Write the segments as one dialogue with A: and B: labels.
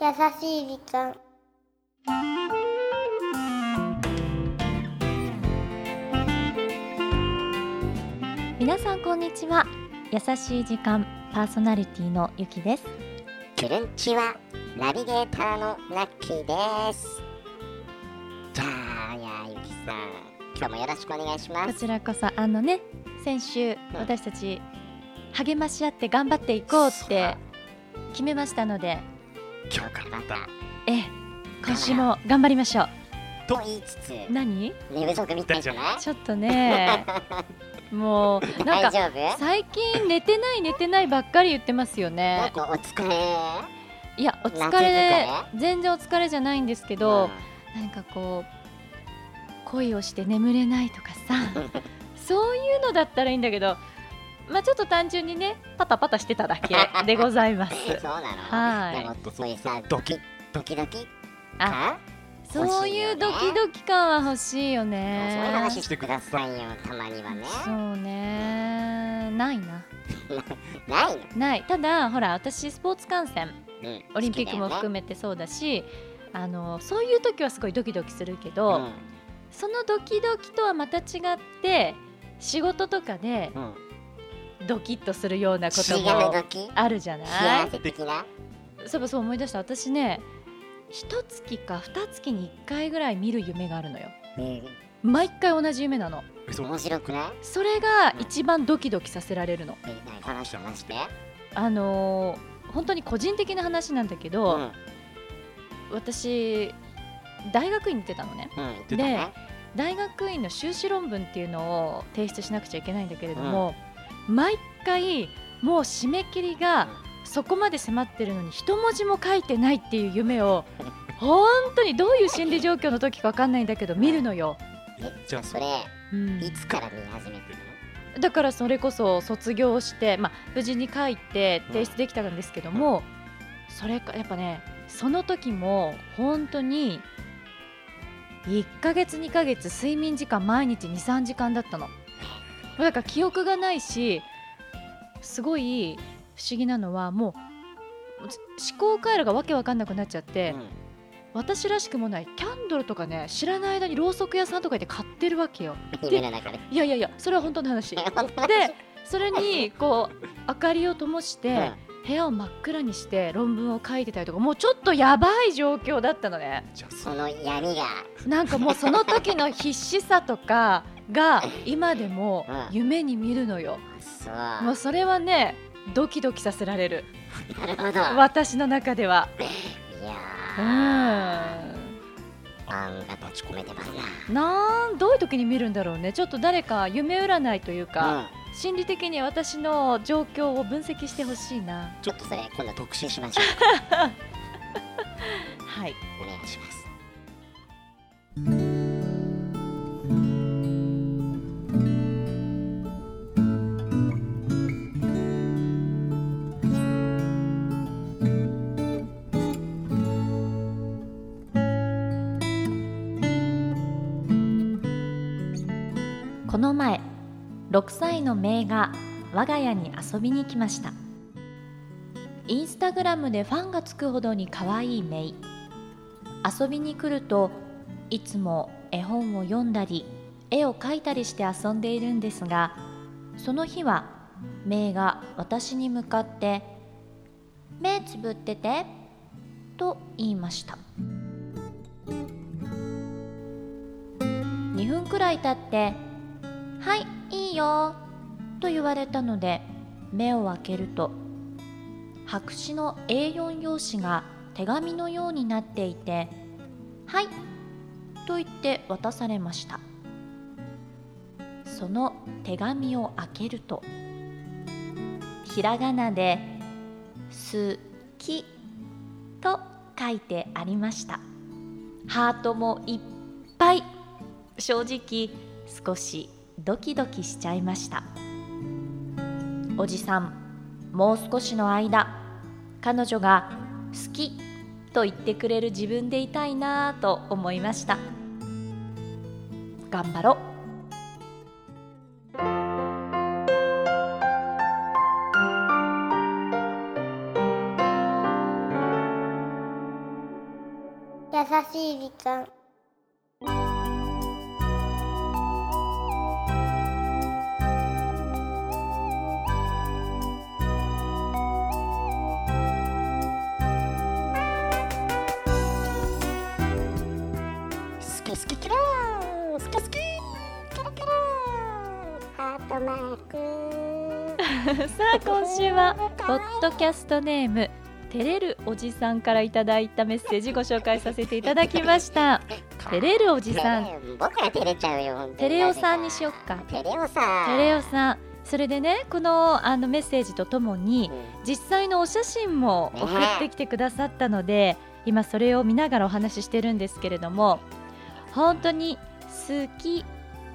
A: 優しい時間
B: 皆さんこんにちは優しい時間パーソナリティのゆきです
C: トゥルンチはナビゲーターのラッキーですじゃあいやーゆきさん今日もよろしくお願いしま
B: こ
C: す
B: ちらこそあのね先週
C: うん
B: 私たち励まし合って頑張っていこうって決めましたので
C: 今日からまた
B: ええ今週も頑張りましょう
C: と言いつつ
B: 何
C: 寝不足みたいじゃない
B: ちょっと ねもう
C: 大
B: なんか
C: 丈夫
B: 最近寝てない寝てないばっかり言ってますよ
C: なん
B: ね
C: かお疲れ
B: いやお疲
C: なんて
B: れ
C: いうか
B: 全然お疲れじゃないんですけど、なんかこう恋をして眠れないとかさ そういうのだったらいいんだけどまあちょっと単純にねパタパタしてただけでございます
C: そうなの
B: はい
C: なんかそういうさドキドキドキ
B: あ
C: か
B: そういうドキドキ感は欲しいよ
C: そういう
B: ね
C: 話してくださいよたまにはね
B: そうねないな
C: ないの
B: ないただほら私スポーツ観戦
C: うん
B: オリンピックも含
C: め
B: めてそうだしあのそういう時はすごいドキドキするけ
C: う
B: ど、
C: ん
B: そのドキドキとはまた違って仕事とかで
C: うん
B: ドキッとするようなこ
C: し
B: と
C: が
B: も
C: みドキ
B: あるじゃな
C: 幸
B: い
C: せ的な
B: そういえばそう思い出した私ね一月か二月に一回ぐらい見る夢があるのよ
C: うん
B: 毎回同じ夢なの
C: 面白くない
B: それが一番ドキドキさせられるの
C: え何話してまして
B: あのー本当に個人的な話なんだけ
C: う
B: ど、
C: んうん
B: 私大学院に行ってたのね
C: 言ってたね
B: 大学院の修士論文っていうのを提出しなくちゃいけないんだけれども、毎回もう締め切りがそこまで迫ってるのに一文字も書いてないっていう夢を本当にどういう心理状況の時か分かんないんだけど見るのよ、
D: じゃあ
C: そ
D: それ
C: れ
B: うん
C: いつから見始めてる
B: だからそれこそ卒業して、まあ、無事に書いて提出できたんですけども、それかやっぱねその時も本当に1ヶ月2ヶ月睡眠時間毎日23時間だったのだから記憶がないしすごい不思議なのはもうし思考回路がわけわかんなくなっちゃって、
C: の
B: 私らしくもないキャンドルとかね知らない間にろうそく屋さんとかで買ってるわけよ
C: うん夢の中で
B: いやいやいやそれは本当の 話
C: 本当
B: でそれにこう明かりを灯して
C: う
B: 部屋を真っ暗にして論文を書いてたりとかもうちょっとやばい状況だったのね
D: じゃあ
C: ん
D: そ
C: その闇が
B: なんかもうその時の必死さとかが今でも
C: うん
B: 夢に見るのよ
C: そう
B: もうそれはねドキドキさせられる
C: なるほどいや
B: 私の中ではう
C: ー
B: ん
C: あんが立ち込めてます
B: なんどういう時に見るんだろうねちょっと誰か夢占いというか、
C: な
B: 心理的に私の状況を分析してほしいな
C: ちょっとそれ今度特集しましょ
B: はいう
C: お願いします
B: この前6歳の姪が我が家に遊びに来ましたインスタグラムでファンがつくほどに可愛い姪遊びに来るといつも絵本を読んだり絵を描いたりして遊んでいるんですがその日は姪が私に向かって「目つぶってて」と言いました2分くらい経って「はいいいよ」と言われたので目を開けると白紙の A4 用紙が手紙のようになっていて「はい」と言って渡されましたその手紙を開けるとひらがなで「すき」と書いてありましたハートもいっぱい正直少しドキドキしちゃいましたおじさんもう少しの間彼女が「好き」と言ってくれる自分でいたいなぁと思いました頑張ろう
A: しい時間
C: スキスキキラースキスキキラキラ
A: ハートマーク
B: さあ今週はポッドキャストネーム照れるおじさんからいただいたメッセージご紹介させていただきました照れるおじさん
C: ねえ僕ら照れちゃうよ本当に
B: 照れおさんにしよっか
C: 照れおさん
B: 照れおさんそれでねこのあのメッセージとともに
C: うん
B: 実際のお写真も送ってきてくださったので、今それを見ながらお話ししてるんですけれども本当に好き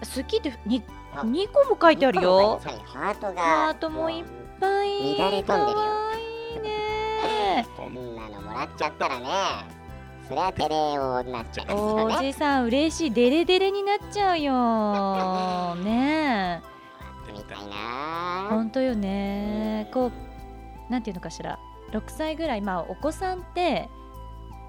B: 好きってに
C: あ
B: 2個も書いてあるよ
C: そうハートが
B: ハートもいっいっぱい
C: 乱れ飛んでるよ
B: 可愛いね
C: こんなのもらっちゃったらねそりゃ照れおになっちゃいますよ
B: お
C: ね
B: じさん嬉しいデレデレになっちゃうよね え
C: みたいな
B: 本当よねこうなんていうのかしら6歳ぐらいまあお子さんって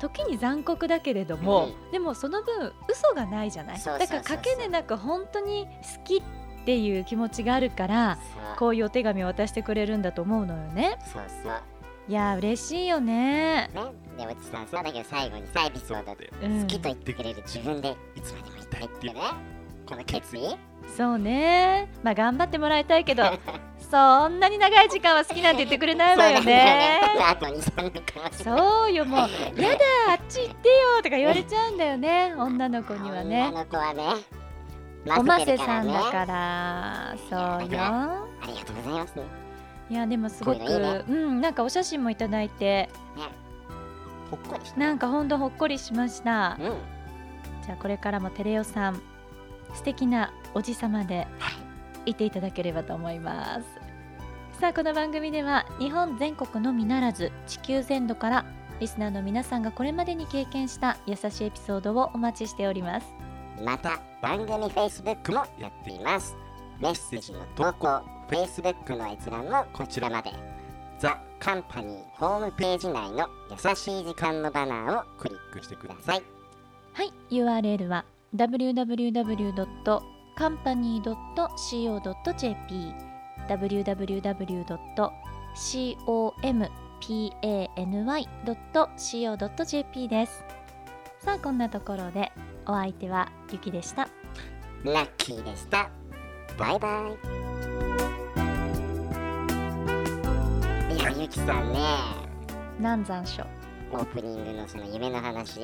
B: 時に残酷だけれども、でもその分嘘がないじゃない
C: そうそう
B: だ
C: そうそ
B: か
C: う
B: ら賭けでなく本当に好きっていう気持ちがあるから
C: そう
B: こういうお手紙を渡してくれるんだと思うのよね
C: そうそう
B: いやー嬉しいよね
C: ねでおじさんそうだけど最後にサービスをだって
B: うん
C: 好きと言ってくれる自分でいつまでもいたいっていうねこの決意
B: そうねまあ頑張ってもらいたいけ どそんなに長い時間は好きなんて言ってくれないわよね
C: そうなんだよねあと23年かもしれない
B: そうよもう「やだあっち行ってよ」とか言われちゃうんだよね女の子にはね
C: 女の子はね
B: おませ
C: てる
B: さんだ
C: ね
B: からそう
C: だから
B: よ
C: ありがとうございますね
B: いやでもすごく
C: こういうのいいね
B: うんなんかお写真もいただいて
C: ほっこりした
B: なんかほんとほっこりしました
C: うん
B: じゃあこれからもテレオさん素敵なおじさまでいていただければと思いますさあこの番組では日本全国のみならず地球全土からリスナーの皆さんがこれまでに経験した優しいエピソードをお待ちしております
C: また番組 Facebook もやっていますメッセージの投稿 Facebook の閲覧もこちらまでザ・カンパニーホームページ内の「優しい時間」のバナーをクリックしてください
B: はい URL は www.company.co.jp www.company.co.jp ですさあこんなところでお相手はゆきでした
C: ラッキーでしたバイバイいやゆきさんね
B: 南山署
C: オープニングのその夢の話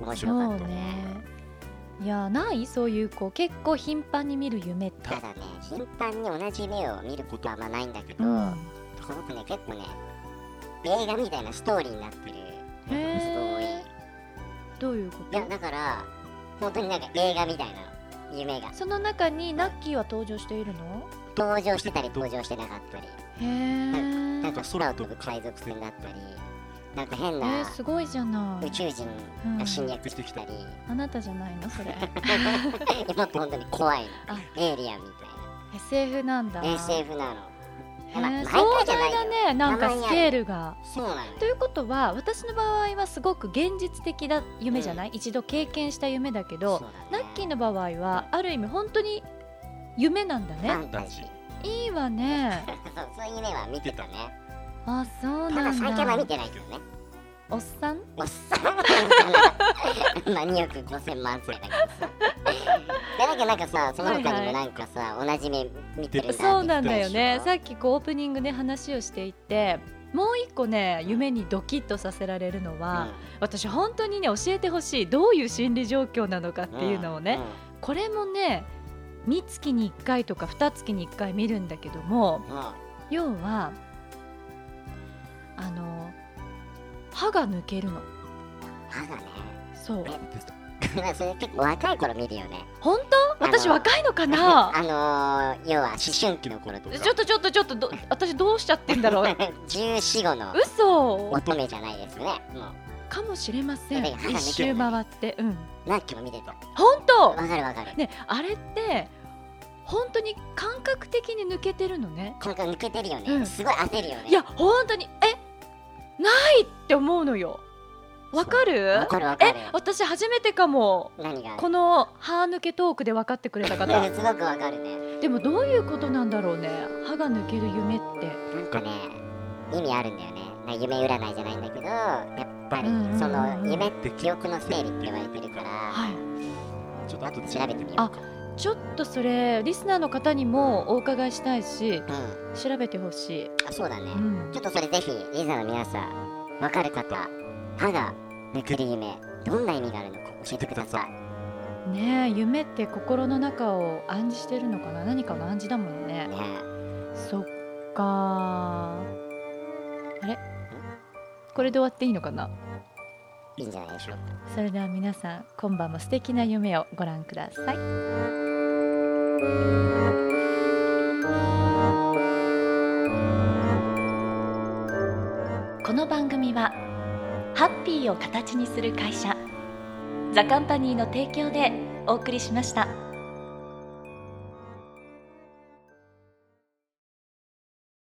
C: 面白
B: そ
C: か
B: う
C: った
B: ねいやないそういう子結構頻繁に見る夢って
C: ただね頻繁に同じ目を見ることはあんまないんだけど、
B: うん
C: すごくね結構ね映画みたいなストーリーになってる
B: へー
C: すごい
B: どういうこ
C: いや
B: と
C: だから本当になんか映画みたいな夢が
B: その中にナッキーは登場しているの
C: 登場してたり登場してなかったり
B: へえ
C: なんか空を飛ぶ海賊船だったりなんか変
B: え
C: な
B: ー、すごいじゃない
C: 宇宙人が侵略し てきたり、
B: あなたじゃないのそれ
C: もっと本当に怖い
B: あ
C: のエイリアンみた
B: SF なんだ
C: いな SF なの
B: へ
C: ま
B: ー
C: 毎
B: 壮
C: 回じゃな
B: 大
C: いよ
B: だねなんか
C: たまにあ
B: ス
C: る
B: ケールが
C: そうなのよ
B: ということは私の場合はすごく現実的な夢じゃない、一度経験した夢だけど
C: そう
B: ナ
C: なの
B: ッキーの場合はある意味本当に夢なんだ
C: ファ
B: ね
C: ンタジー
B: いいわね
C: そうそういう夢は見てたね
B: あそう
C: ただ最近
B: な
C: は見
B: んだ
C: てないけどね
B: おっさん
C: おっさんなんかなまあ2億5000万歳だけどさでなんかなんかさその他にもなんかさ、同じ目見てるんだって
B: そうなんだよ
C: 言
B: ね
C: ってた
B: さ
C: で
B: っ
C: し
B: きこうオープニングで話をしていてもう一個ね夢にドキッとさせられるの
C: ょ
B: は、私本当にね教えてほしいどういう心理状況なのかっていうのをね、、これもね3月に1回とか2月に1回見るんだけども
C: うんうんうん
B: 要はあの歯が抜けるの
C: 歯がね
B: そう
C: えそれ結構若い頃見るよね
B: 本当私若いのか な
C: あのー、要は思春期の頃とか
B: ちょっとちょっとちょっとど私どうしちゃってんだ ろう
C: 14、5の
B: 嘘
C: 乙女じゃないですねも
B: かもしれません
C: いやいや歯が
B: 一
C: 抜ける
B: 周
C: のね
B: 回ってうん
C: う何期も見てた
B: 本当
C: わかるわかる
B: ねあれって本当に感覚的に抜けてるのね
C: この子抜けてるよね、
B: うん
C: すごい焦るよね
B: いや本当にえないって思うのよわかる
C: わかるわかる
B: え私初めてかも
C: 何が
B: この歯抜けトークで分かってくれた
C: う
B: 方
C: んすごくわかるね
B: でもどういうことなんだろうね歯が抜ける夢って
C: なんかね意味あるんだよねな夢占いじゃないんだけどやっぱり
B: うんうんうん
C: その夢って記憶の整理って言われてるから、
B: はい
C: ちょっと後で調べてみよう
B: あちょっとそれリスナーの方にもお伺いしたいし
C: うん
B: 調べてほしい、
C: あそうだね、
B: うん
C: ちょっとそれぜひリザの皆さんわかる方歯が抜ける夢どんな意味があるのか教えてください
B: ねえ夢って心の中を暗示してるのかな何かの暗示だもんね
C: ね
B: そっかーあれこれで終わっていいのかない
C: いんじゃないでしょうか
B: それでは皆さん今晩も素敵な夢をご覧くださいこの番組はハッピーを形にする会社ザカンパニーの提供でお送りしました。